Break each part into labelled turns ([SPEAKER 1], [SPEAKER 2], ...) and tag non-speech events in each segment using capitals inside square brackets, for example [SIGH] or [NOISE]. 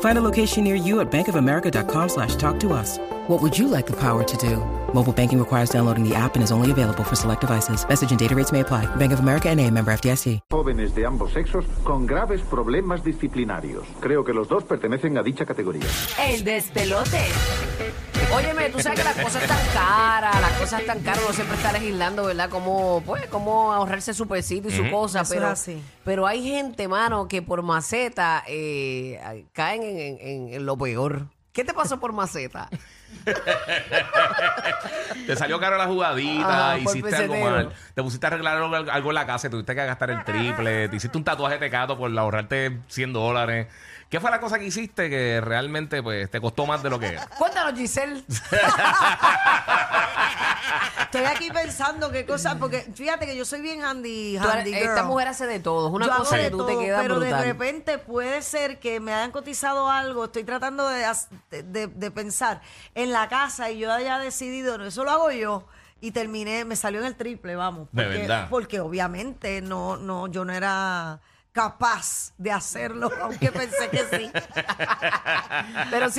[SPEAKER 1] Find a location near you at bankofamerica.com slash talk to us. What would you like the power to do? Mobile banking requires downloading the app and is only available for select devices. Message and data rates may apply. Bank of America and a member FDIC.
[SPEAKER 2] jóvenes de ambos sexos con graves problemas disciplinarios. Creo que los dos pertenecen a dicha categoría.
[SPEAKER 3] El despelote. Óyeme, tú sabes que las cosas están caras, las cosas están caras, uno siempre está legislando, ¿verdad? Cómo, pues, cómo ahorrarse su pesito y su cosa,
[SPEAKER 4] Eso es
[SPEAKER 3] pero,
[SPEAKER 4] así.
[SPEAKER 3] pero hay gente, mano, que por maceta eh, ay, caen en, en- en- en lo peor. ¿Qué te pasó
[SPEAKER 4] [LAUGHS]
[SPEAKER 3] por maceta?
[SPEAKER 5] Te salió caro la jugadita,
[SPEAKER 3] Ah, por
[SPEAKER 5] hiciste algo
[SPEAKER 3] pesetero.
[SPEAKER 5] mal, te pusiste a arreglar algo, algo en la casa y tuviste que gastar el triple, te hiciste un tatuaje de tecato por ahorrarte 100 dólares. ¿Qué fue la cosa que hiciste que realmente pues, te costó más de lo que
[SPEAKER 3] [LAUGHS]
[SPEAKER 5] era?
[SPEAKER 3] Cuéntanos, Giselle.
[SPEAKER 4] Estoy aquí pensando qué cosas, porque fíjate que yo soy bien handy,
[SPEAKER 3] Tú eres-
[SPEAKER 4] handy girl.
[SPEAKER 3] esta mujer hace de todo, es una
[SPEAKER 4] Yo hago
[SPEAKER 3] cosa
[SPEAKER 4] de
[SPEAKER 3] que tú te
[SPEAKER 4] todo,
[SPEAKER 3] quedas
[SPEAKER 4] pero
[SPEAKER 3] brutal.
[SPEAKER 4] de repente puede ser que me hayan cotizado algo. Estoy tratando de, as- de- de- de pensar en la casa y yo haya decidido, no, eso lo hago yo. Y terminé, me salió en el triple, vamos.
[SPEAKER 5] De
[SPEAKER 4] Porque,
[SPEAKER 5] verdad.
[SPEAKER 4] Porque obviamente no, no, yo no era capaz de hacerlo, [LAUGHS] aunque pensé que sí.
[SPEAKER 3] Pero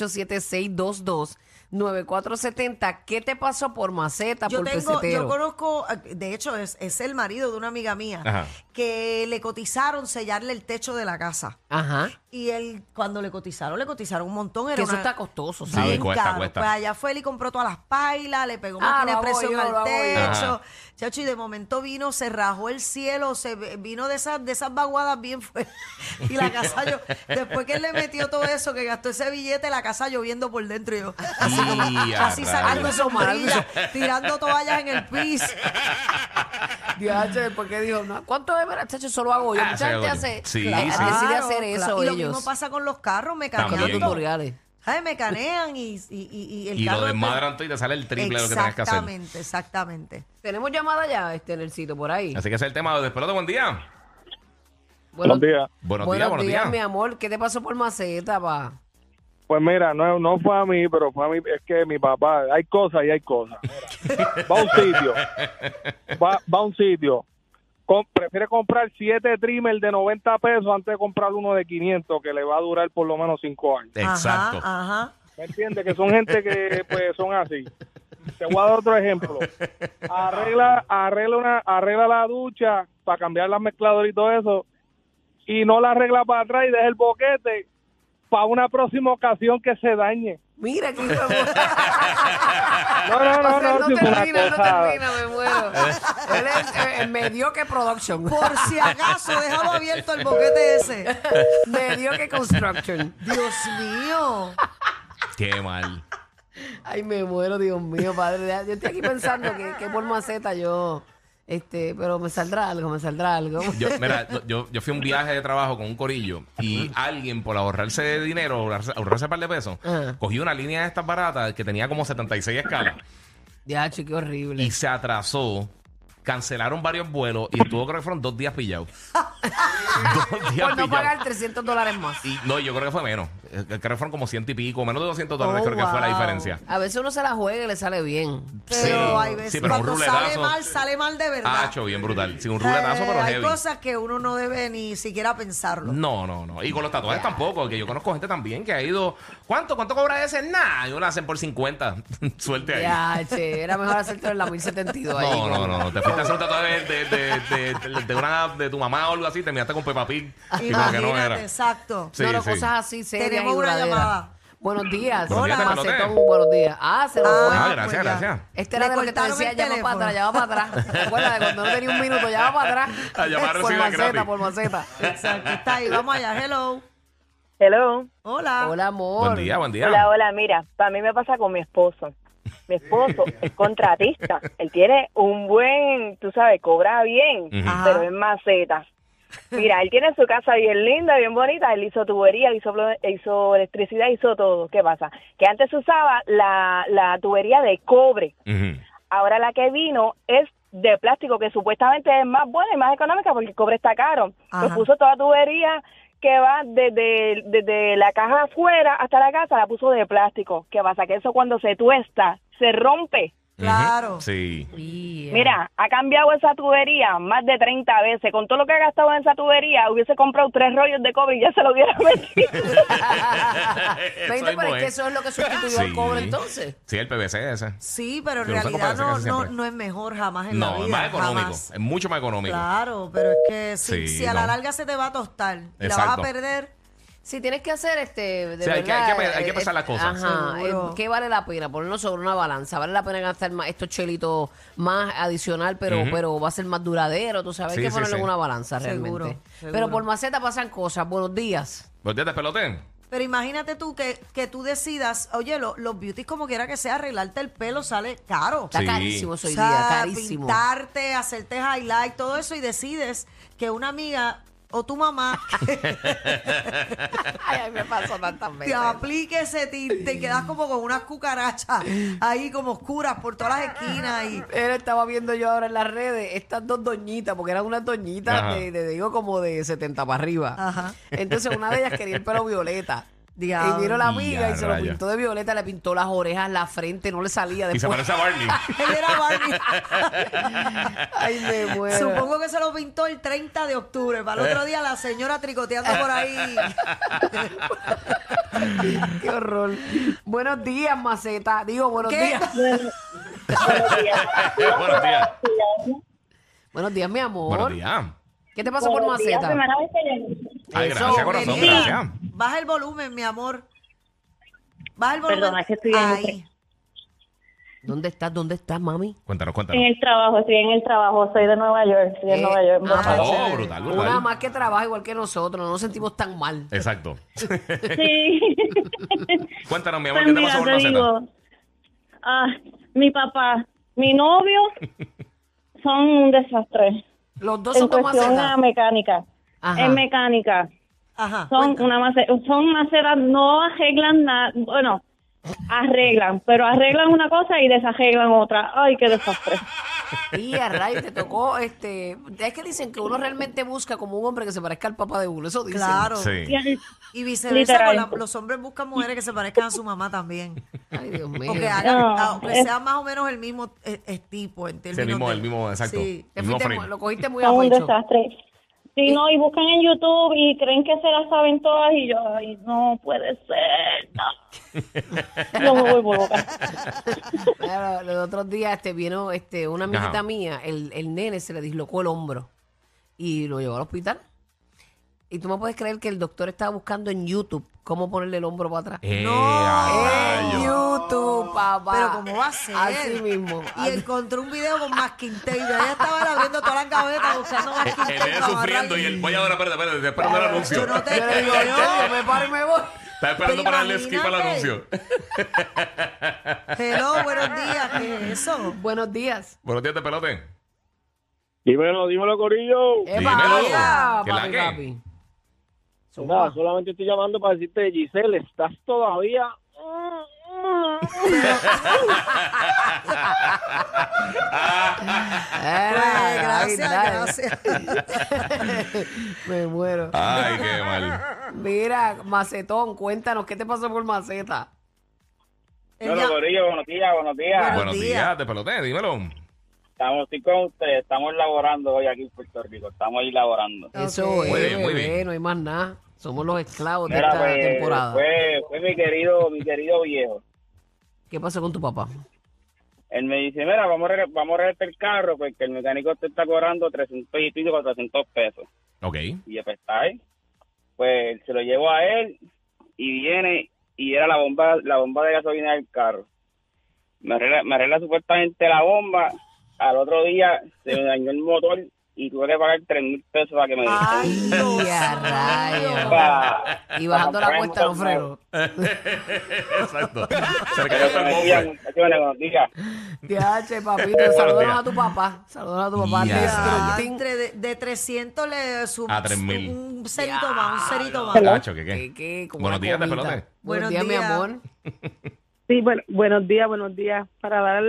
[SPEAKER 3] 787-622-9470. 787-622-9470. ¿Qué te pasó por maceta,
[SPEAKER 4] Yo
[SPEAKER 3] por
[SPEAKER 4] tengo,
[SPEAKER 3] pesetero?
[SPEAKER 4] yo conozco, eh, de hecho es, es el marido de una amiga mía
[SPEAKER 5] Ajá.
[SPEAKER 4] que le cotizaron sellarle el techo de la casa.
[SPEAKER 3] Ajá.
[SPEAKER 4] Y él, cuando le cotizaron, le cotizaron un montón. Era
[SPEAKER 3] Que eso
[SPEAKER 4] una-
[SPEAKER 3] está costoso,
[SPEAKER 5] Sí, [LAUGHS]
[SPEAKER 3] ¿sabes?
[SPEAKER 4] Bien
[SPEAKER 5] cuesta,
[SPEAKER 4] caro.
[SPEAKER 5] cuesta.
[SPEAKER 4] Pues allá fue él y compró todas las pailas, le pegó
[SPEAKER 3] Ah,
[SPEAKER 4] máquina
[SPEAKER 3] lo
[SPEAKER 4] de
[SPEAKER 3] hago
[SPEAKER 4] presión
[SPEAKER 3] yo, lo
[SPEAKER 4] al
[SPEAKER 3] hago yo.
[SPEAKER 4] techo.
[SPEAKER 5] Ajá.
[SPEAKER 4] Chacho, y de momento vino, se rajó el cielo, se ve- vino de esas, de esas vaguadas bien fuerte. [LAUGHS] Y la casa yo, después que él le metió todo eso, que gastó ese billete, la casa lloviendo por dentro y yo. Así como
[SPEAKER 5] Y a
[SPEAKER 4] casi sacando
[SPEAKER 5] rayos.
[SPEAKER 4] sombrillas,
[SPEAKER 5] [LAUGHS]
[SPEAKER 4] tirando toallas en el piso.
[SPEAKER 3] Diache, después que dijo, no, ¿cuánto es? Mira, chacho, eso lo hago yo.
[SPEAKER 5] Ah,
[SPEAKER 3] Mucha
[SPEAKER 5] eso
[SPEAKER 3] gente
[SPEAKER 5] hago yo.
[SPEAKER 3] hace,
[SPEAKER 5] Sí,
[SPEAKER 3] la-
[SPEAKER 5] sí.
[SPEAKER 3] decide
[SPEAKER 4] Claro,
[SPEAKER 3] hacer eso
[SPEAKER 4] claro. Y lo mismo
[SPEAKER 3] ellos.
[SPEAKER 4] pasa con los carros
[SPEAKER 3] Con
[SPEAKER 4] mecaneando.
[SPEAKER 3] los
[SPEAKER 5] También.
[SPEAKER 3] tutoriales.
[SPEAKER 4] ¿Sabes? Me canean y, y, y- y el
[SPEAKER 5] Y
[SPEAKER 4] carro
[SPEAKER 5] lo
[SPEAKER 4] te-
[SPEAKER 5] desmadran todo y te sale el triple de lo que tenías que hacer.
[SPEAKER 4] Exactamente, exactamente.
[SPEAKER 3] Tenemos llamada ya este, en el sitio por ahí.
[SPEAKER 5] Así que ese es el tema de Despelote. Buen día.
[SPEAKER 3] Bueno,
[SPEAKER 6] Buenos días.
[SPEAKER 5] Buenos,
[SPEAKER 3] buenos
[SPEAKER 5] días, buenos días.
[SPEAKER 3] mi amor. ¿Qué te pasó por maceta, pa?
[SPEAKER 6] Pues mira, no, no fue a mí, pero fue a mí, es que mi papá, hay cosas y hay cosas. Mira, va a un sitio, va, va a un sitio, com- prefiere comprar siete trimmer de 90 pesos antes de comprar uno de 500 que le va a durar por lo menos cinco años.
[SPEAKER 5] Exacto.
[SPEAKER 4] Ajá, ajá.
[SPEAKER 6] ¿Me entiendes? Que son gente que pues son así. Te voy a dar otro ejemplo. Arregla, arregla, una, arregla la ducha para cambiar las mezcladoras y todo eso. Y no la arregla para atrás y deja el boquete para una próxima ocasión que se dañe.
[SPEAKER 3] Mira, qué hijo de
[SPEAKER 5] [LAUGHS]
[SPEAKER 3] puta.
[SPEAKER 6] No, no, no,
[SPEAKER 3] O sea,
[SPEAKER 6] no, sí, fue una
[SPEAKER 3] termina, no
[SPEAKER 6] cosa.
[SPEAKER 3] termina, me muero. Él es eh, mediocre production. [LAUGHS]
[SPEAKER 4] Por si acaso, déjalo abierto el boquete ese.
[SPEAKER 3] mediocre construction.
[SPEAKER 4] Dios mío.
[SPEAKER 5] Qué mal.
[SPEAKER 3] Ay, me muero, Dios mío, padre. Ya, Yo estoy aquí pensando que, que por maceta yo, este, pero me saldrá algo, me saldrá algo.
[SPEAKER 5] Yo, mira, yo, yo fui a un viaje de trabajo con un corillo y alguien, por ahorrarse de dinero, ahorrarse, ahorrarse un par de pesos,
[SPEAKER 3] Ajá.
[SPEAKER 5] cogió una línea de estas baratas que tenía como 76 escalas
[SPEAKER 3] Ya, che, qué horrible.
[SPEAKER 5] y se atrasó. Cancelaron varios vuelos y estuvo, creo que fueron dos días
[SPEAKER 4] [LAUGHS]
[SPEAKER 5] pillados. dos días
[SPEAKER 3] Por no
[SPEAKER 5] pillados.
[SPEAKER 3] pagar 300 dólares más.
[SPEAKER 5] Y, no, yo creo que fue menos. Eh, Creo que fueron como ciento y pico, menos de 200 dólares,
[SPEAKER 4] Oh,
[SPEAKER 5] creo que fue la
[SPEAKER 4] wow.
[SPEAKER 5] diferencia.
[SPEAKER 3] A veces uno se la juega y le sale bien.
[SPEAKER 4] Pero hay veces
[SPEAKER 5] sí, pero un
[SPEAKER 4] cuando sale
[SPEAKER 5] ruletazo.
[SPEAKER 4] mal, sale mal de verdad.
[SPEAKER 5] Ah, hecho bien brutal. Sí, un
[SPEAKER 4] Eh,
[SPEAKER 5] ruletazo, pero
[SPEAKER 4] hay
[SPEAKER 5] heavy.
[SPEAKER 4] cosas que uno no debe ni siquiera pensarlo.
[SPEAKER 5] No, [LAUGHS] no, no. Y con los tatuajes tampoco, que yo conozco gente también que ha ido. ¿Cuánto? ¿Cuánto cobra ese? Nada, yo lo hacen por 50. [LAUGHS] Suerte ahí.
[SPEAKER 3] Ya, che, era mejor hacerte en la 1072 ahí.
[SPEAKER 5] No, no,
[SPEAKER 3] con-
[SPEAKER 5] no, no. Te fuiste a hacer un tatuaje de, de, de, de- de una, de tu mamá o algo así, te miraste con Peppa Pig. Y como que no era.
[SPEAKER 4] Imagínate, exacto.
[SPEAKER 5] Sí,
[SPEAKER 3] no, no,
[SPEAKER 5] sí.
[SPEAKER 3] cosas así serias
[SPEAKER 4] Tenemos
[SPEAKER 3] y
[SPEAKER 4] una
[SPEAKER 3] duraderas.
[SPEAKER 4] llamada.
[SPEAKER 3] Buenos días.
[SPEAKER 5] Buenos días,
[SPEAKER 3] Hola,
[SPEAKER 5] Pelote.
[SPEAKER 3] Macetón, buenos días. Ah, se nos fue.
[SPEAKER 5] Ah,
[SPEAKER 4] pues
[SPEAKER 5] gracias,
[SPEAKER 4] ya.
[SPEAKER 5] gracias.
[SPEAKER 3] Este era
[SPEAKER 4] Le
[SPEAKER 3] de lo que te
[SPEAKER 4] cortaron
[SPEAKER 3] decía,
[SPEAKER 4] el
[SPEAKER 3] llama para
[SPEAKER 4] teléfono.
[SPEAKER 3] atrás, llama
[SPEAKER 5] [LAUGHS]
[SPEAKER 3] para atrás. ¿Te acuerdas de cuando no tenía un minuto, llama para atrás?
[SPEAKER 5] A llamar
[SPEAKER 3] por
[SPEAKER 5] recibe
[SPEAKER 3] maceta,
[SPEAKER 5] gratis.
[SPEAKER 3] por maceta.
[SPEAKER 4] Exacto, está ahí. Vamos allá. Hello.
[SPEAKER 7] Hello.
[SPEAKER 4] Hola.
[SPEAKER 3] Hola, amor.
[SPEAKER 5] Buen día, buen día.
[SPEAKER 7] Hola, hola. Mira, para mí me pasa con mi esposo. Mi esposo es contratista. Él tiene un buen, tú sabes, cobra bien,
[SPEAKER 4] Ajá.
[SPEAKER 7] pero es maceta. Mira, él tiene su casa bien linda, bien bonita. Él hizo tubería, hizo, plo- hizo electricidad, hizo todo. ¿Qué pasa? Que antes se usaba la, la tubería de cobre.
[SPEAKER 5] Ujú.
[SPEAKER 7] Ahora la que vino es
[SPEAKER 8] de plástico, que supuestamente es más buena y más económica porque el cobre está caro.
[SPEAKER 4] Ajá.
[SPEAKER 8] Pues puso toda tubería que va desde, desde la caja afuera hasta la casa, la puso de plástico. ¿Qué pasa? Que eso cuando se tuesta, se rompe.
[SPEAKER 4] Claro.
[SPEAKER 5] Ujú, Sí. [LAUGHS]
[SPEAKER 3] Yeah. [LAUGHS]
[SPEAKER 8] Mira, ha cambiado esa tubería más de 30 veces. Con todo lo que ha gastado en esa tubería, hubiese comprado tres rollos de cobre y ya se lo hubiera
[SPEAKER 3] [LAUGHS]
[SPEAKER 8] metido.
[SPEAKER 5] Eso
[SPEAKER 3] Vente,
[SPEAKER 5] mismo
[SPEAKER 3] pero es que
[SPEAKER 5] es.
[SPEAKER 3] eso es lo que sustituyó
[SPEAKER 5] Sí.
[SPEAKER 3] al cobre entonces.
[SPEAKER 5] Sí, el PVC ese.
[SPEAKER 4] Sí, pero en
[SPEAKER 5] Yo lo saco
[SPEAKER 4] realidad
[SPEAKER 5] para
[SPEAKER 4] no,
[SPEAKER 5] casi
[SPEAKER 4] no,
[SPEAKER 5] siempre.
[SPEAKER 4] no es mejor jamás en la
[SPEAKER 5] No,
[SPEAKER 4] vida.
[SPEAKER 5] es más económico.
[SPEAKER 4] jamás.
[SPEAKER 5] Es mucho más económico.
[SPEAKER 4] Claro, pero es que
[SPEAKER 5] Sí,
[SPEAKER 4] si, si a la
[SPEAKER 5] no.
[SPEAKER 4] larga se te va a tostar y la vas a
[SPEAKER 5] Exacto.
[SPEAKER 4] perder,
[SPEAKER 3] Si tienes que hacer este. De
[SPEAKER 5] Sí, hay que- hay
[SPEAKER 3] verdad,
[SPEAKER 5] que- hay que
[SPEAKER 3] eh,
[SPEAKER 5] pesar las cosas.
[SPEAKER 3] Ajá.
[SPEAKER 4] Seguro.
[SPEAKER 3] eh, ¿Qué vale la pena? Ponerlo sobre una balanza. ¿Vale la pena gastar más estos chelitos más adicional, pero pero va a ser más duradero? Tú sabes, hay
[SPEAKER 5] Sí,
[SPEAKER 3] que
[SPEAKER 5] sí,
[SPEAKER 3] ponerlo
[SPEAKER 5] sí.
[SPEAKER 3] en una balanza realmente.
[SPEAKER 4] Seguro,
[SPEAKER 3] Pero
[SPEAKER 4] seguro.
[SPEAKER 3] por maceta pasan cosas. Buenos días.
[SPEAKER 5] ¿Vos te peloten?
[SPEAKER 4] pero imagínate tú que, que tú decidas, oye, lo- los beauties como quiera que sea, arreglarte el pelo sale caro.
[SPEAKER 3] Está
[SPEAKER 5] Sí.
[SPEAKER 3] carísimo eso hoy
[SPEAKER 4] O sea,
[SPEAKER 3] día, carísimo.
[SPEAKER 4] pintarte, hacerte highlight, todo eso y decides que una amiga o tu mamá
[SPEAKER 3] [LAUGHS] [LAUGHS] Ay, ay, me pasó tantas
[SPEAKER 4] te
[SPEAKER 3] veces.
[SPEAKER 4] aplique ese tinte y quedas como con unas cucarachas ahí como oscuras por todas las esquinas y [LAUGHS]
[SPEAKER 3] Él estaba viendo yo ahora en las redes estas dos doñitas, porque eran unas doñitas
[SPEAKER 5] Ajá.
[SPEAKER 3] de, de- digo, como de 70 para arriba.
[SPEAKER 4] Ajá.
[SPEAKER 3] Entonces una de ellas quería el pelo violeta.
[SPEAKER 4] Diablo.
[SPEAKER 3] Y vino la amiga y,
[SPEAKER 5] Ya,
[SPEAKER 3] se lo
[SPEAKER 5] rayos.
[SPEAKER 3] pintó de violeta, le pintó las orejas, la frente, no le salía
[SPEAKER 5] Y se
[SPEAKER 3] después.
[SPEAKER 5] parece a
[SPEAKER 4] [LAUGHS]
[SPEAKER 5] Barney. [LAUGHS]
[SPEAKER 4] ella era Barbie.
[SPEAKER 3] [LAUGHS] Ay, me muero.
[SPEAKER 4] Supongo que se lo pintó el 30 de octubre. Para el
[SPEAKER 3] Eh.
[SPEAKER 4] otro día la señora tricoteando por ahí.
[SPEAKER 3] Qué horror. Buenos días, Maceta. Digo, buenos
[SPEAKER 4] ¿Qué?
[SPEAKER 3] días.
[SPEAKER 5] Buenos días.
[SPEAKER 3] Buenos días, mi amor.
[SPEAKER 5] Buenos días.
[SPEAKER 3] ¿Qué te pasó por Maceta?
[SPEAKER 5] Ay,
[SPEAKER 3] Eso,
[SPEAKER 5] gracias, corazón.
[SPEAKER 4] bendita.
[SPEAKER 5] Gracias.
[SPEAKER 4] Baja el volumen, mi amor. Baja el volumen.
[SPEAKER 8] Perdona, es que estoy en el
[SPEAKER 4] Ahí.
[SPEAKER 3] ¿Dónde estás? ¿Dónde estás, mami?
[SPEAKER 5] Cuéntanos,
[SPEAKER 8] en
[SPEAKER 5] cuéntanos.
[SPEAKER 8] el trabajo, estoy en el trabajo, soy de Nueva York, soy de
[SPEAKER 3] Eh,
[SPEAKER 8] Nueva York.
[SPEAKER 3] ah,
[SPEAKER 5] Oh,
[SPEAKER 4] chévere.
[SPEAKER 5] brutal,
[SPEAKER 3] Una
[SPEAKER 5] brutal.
[SPEAKER 3] más que trabaja igual que nosotros, no nos sentimos tan mal.
[SPEAKER 5] Exacto.
[SPEAKER 3] [LAUGHS]
[SPEAKER 8] Sí.
[SPEAKER 5] Cuéntanos, mi amor, ¿qué
[SPEAKER 8] Pues
[SPEAKER 5] te pasó
[SPEAKER 8] mira,
[SPEAKER 5] por
[SPEAKER 8] te
[SPEAKER 5] maceta?
[SPEAKER 8] digo, ah, mi papá, mi novio son un desastre.
[SPEAKER 3] Los dos
[SPEAKER 8] En
[SPEAKER 3] son tu
[SPEAKER 8] cuestión
[SPEAKER 3] Maceta.
[SPEAKER 8] a mecánica,
[SPEAKER 3] Ajá. Ah,
[SPEAKER 8] en mecánica.
[SPEAKER 4] Ajá.
[SPEAKER 8] Son una mace- son macetas, no arreglan nada, bueno, arreglan, pero arreglan una cosa y desarreglan otra. Ay, qué
[SPEAKER 3] [LAUGHS]
[SPEAKER 8] desastre.
[SPEAKER 3] Y a Ray te tocó, este, es que dicen que uno realmente busca como un hombre que se parezca al papá de uno, eso dicen.
[SPEAKER 4] Claro.
[SPEAKER 5] Sí.
[SPEAKER 8] Y-
[SPEAKER 4] Y viceversa,
[SPEAKER 8] Literal.
[SPEAKER 4] con la- los hombres buscan mujeres que se parezcan a su mamá también.
[SPEAKER 3] Ay, Dios mío.
[SPEAKER 4] O que, hagan-
[SPEAKER 8] No,
[SPEAKER 4] ah, o que
[SPEAKER 8] es-
[SPEAKER 4] sea más o menos el mismo eh, eh, tipo. En términos
[SPEAKER 5] el mismo-
[SPEAKER 4] de-
[SPEAKER 5] el mismo, exacto.
[SPEAKER 4] Sí.
[SPEAKER 3] Te
[SPEAKER 5] el
[SPEAKER 3] fuiste
[SPEAKER 5] no
[SPEAKER 3] mu- lo
[SPEAKER 4] [LAUGHS]
[SPEAKER 3] cogiste muy a
[SPEAKER 8] son un
[SPEAKER 3] pecho.
[SPEAKER 8] desastre. Sí, no, y buscan en YouTube y creen que se las saben todas y yo, ay, no puede ser, no. Yo me vuelvo loca.
[SPEAKER 3] Claro, los otros días este, vino este, una amiguita
[SPEAKER 5] Ajá.
[SPEAKER 3] mía, el, el nene se le dislocó el hombro y lo llevó al hospital. Y tú me puedes creer que el doctor estaba buscando en YouTube cómo ponerle el hombro para atrás.
[SPEAKER 5] Eh,
[SPEAKER 4] No.
[SPEAKER 5] a
[SPEAKER 3] En
[SPEAKER 5] rayos.
[SPEAKER 3] YouTube, papá.
[SPEAKER 4] Pero ¿cómo va a ser?
[SPEAKER 3] Así mismo.
[SPEAKER 4] Y encontró un video con masking tape. Ella estaba abriendo todas las
[SPEAKER 5] [LAUGHS]
[SPEAKER 4] gavetas buscando masking tape.
[SPEAKER 5] El nene
[SPEAKER 4] para
[SPEAKER 5] Eh, sufriendo
[SPEAKER 4] amarrarle.
[SPEAKER 5] y el voy ahora, espérate, espérate, esperando el anuncio.
[SPEAKER 4] Yo no te
[SPEAKER 3] Yo le digo, yo me paro y me voy.
[SPEAKER 5] Está esperando
[SPEAKER 4] Pero
[SPEAKER 5] para el skip al
[SPEAKER 4] imagínate.
[SPEAKER 5] anuncio.
[SPEAKER 4] Hello, buenos días. ¿Qué es eso?
[SPEAKER 3] Buenos días.
[SPEAKER 5] Buenos días, te pelote.
[SPEAKER 9] Dímelo, dímelo, Corillo.
[SPEAKER 3] Epa,
[SPEAKER 5] Dímelo,
[SPEAKER 3] hola,
[SPEAKER 5] ¿qué la
[SPEAKER 3] papi,
[SPEAKER 5] que? [LAUGHS]
[SPEAKER 3] papi.
[SPEAKER 9] Nada, solamente estoy llamando para decirte, Giselle, estás todavía.
[SPEAKER 3] Era,
[SPEAKER 4] Pues,
[SPEAKER 3] ahí
[SPEAKER 4] gracias,
[SPEAKER 3] está.
[SPEAKER 4] gracias.
[SPEAKER 3] [LAUGHS] Me muero.
[SPEAKER 5] Ay, qué mal.
[SPEAKER 3] Mira, Macetón, cuéntanos, ¿qué te pasó por Maceta?
[SPEAKER 4] Ella-
[SPEAKER 9] Corillo, buenos días, buenos días.
[SPEAKER 4] Buenos
[SPEAKER 5] Buenos
[SPEAKER 4] días.
[SPEAKER 5] días, te pelote, dímelo.
[SPEAKER 9] Estamos estoy con ustedes, estamos laborando hoy aquí en Puerto Rico, estamos ahí laborando.
[SPEAKER 3] Eso es,
[SPEAKER 5] Muy bien, muy
[SPEAKER 3] bebé,
[SPEAKER 5] bien.
[SPEAKER 3] no hay más nada. Somos los esclavos de
[SPEAKER 9] Mira,
[SPEAKER 3] esta
[SPEAKER 9] pues,
[SPEAKER 3] temporada.
[SPEAKER 9] fue, fue mi querido, mi querido viejo.
[SPEAKER 3] ¿Qué pasó con tu papá?
[SPEAKER 9] Él me dice, mira, vamos a, arreg- vamos a arreglar el carro porque el mecánico te está cobrando 300 y pico, 400 pesos.
[SPEAKER 5] Ok.
[SPEAKER 9] Y yo, pues, está ahí. Pues se lo llevo a él y viene y era la bomba la bomba de gasolina del carro. Me arregla, me arregla supuestamente la bomba. Al otro día se me dañó el motor y tuve que pagar 3 mil pesos para que me...
[SPEAKER 3] Ah. [LAUGHS]
[SPEAKER 4] Ay, Dios
[SPEAKER 3] Y a
[SPEAKER 4] mío.
[SPEAKER 3] rayos.
[SPEAKER 9] para-
[SPEAKER 3] Y bajando
[SPEAKER 9] para comprar
[SPEAKER 3] la cuesta los
[SPEAKER 9] motor nuevo.
[SPEAKER 3] frenos.
[SPEAKER 5] [LAUGHS] Exacto. Se le cayó hasta el
[SPEAKER 9] Buenos días,
[SPEAKER 5] mofle.
[SPEAKER 9] muchachones, buenos días.
[SPEAKER 5] [LAUGHS]
[SPEAKER 3] Diache, papito, saludos
[SPEAKER 5] días.
[SPEAKER 3] a tu papá. Saludos a tu papá.
[SPEAKER 5] Ya.
[SPEAKER 4] Ah,
[SPEAKER 3] Destructing.
[SPEAKER 4] entre de, de 300 le sub,
[SPEAKER 5] A 3000.
[SPEAKER 4] un cerito más, un cerito más.
[SPEAKER 5] Cacho, ¿qué
[SPEAKER 3] ¿Qué,
[SPEAKER 5] qué?
[SPEAKER 3] qué? Como
[SPEAKER 5] Buenos
[SPEAKER 3] una
[SPEAKER 5] días, te
[SPEAKER 3] comita.
[SPEAKER 5] pelote.
[SPEAKER 4] Buenos
[SPEAKER 3] Buenos días, mi
[SPEAKER 4] días.
[SPEAKER 3] amor.
[SPEAKER 8] Sí, bueno, buenos días, buenos días. Para dar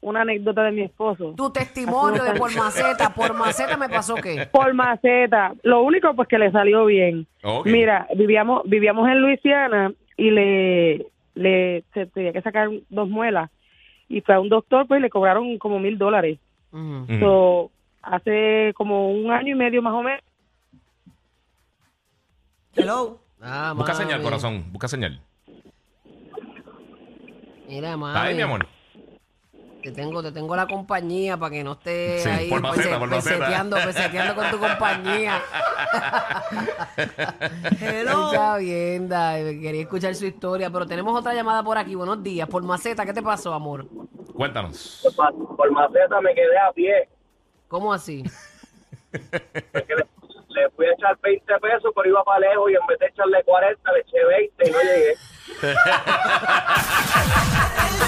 [SPEAKER 10] una anécdota de mi esposo.
[SPEAKER 3] Tu testimonio de por maceta, por maceta me pasó qué.
[SPEAKER 10] Por maceta. Lo único pues que le salió bien.
[SPEAKER 5] Ok.
[SPEAKER 10] Mira, vivíamos vivíamos en Luisiana y le le se tenía que sacar dos muelas y fue a un doctor pues y le cobraron como mil dólares.
[SPEAKER 3] Ujú.
[SPEAKER 5] Ujú.
[SPEAKER 10] So, hace como un año y medio más o menos
[SPEAKER 11] Hello.
[SPEAKER 3] Ah,
[SPEAKER 5] Busca
[SPEAKER 3] mami.
[SPEAKER 5] señal, corazón. Busca señal.
[SPEAKER 3] Mira, mami.
[SPEAKER 5] Está ahí, mi amor.
[SPEAKER 3] Te tengo, te tengo la compañía para que no estés
[SPEAKER 5] Sí,
[SPEAKER 3] ahí
[SPEAKER 5] por maceta,
[SPEAKER 3] pese-
[SPEAKER 5] por maceta.
[SPEAKER 3] peseteando, peseteando con
[SPEAKER 5] [LAUGHS]
[SPEAKER 3] tu compañía.
[SPEAKER 11] Hello.
[SPEAKER 3] Está bien, dai, quería escuchar su historia, pero tenemos otra llamada por aquí. Buenos días, por maceta, ¿qué te pasó, amor?
[SPEAKER 5] Cuéntanos.
[SPEAKER 9] por maceta me quedé a pie.
[SPEAKER 3] ¿Cómo así?
[SPEAKER 9] Porque le, le fui a echar 20 pesos, pero iba para lejos y en vez de echarle 40, le eché 20 y no llegué.
[SPEAKER 12] El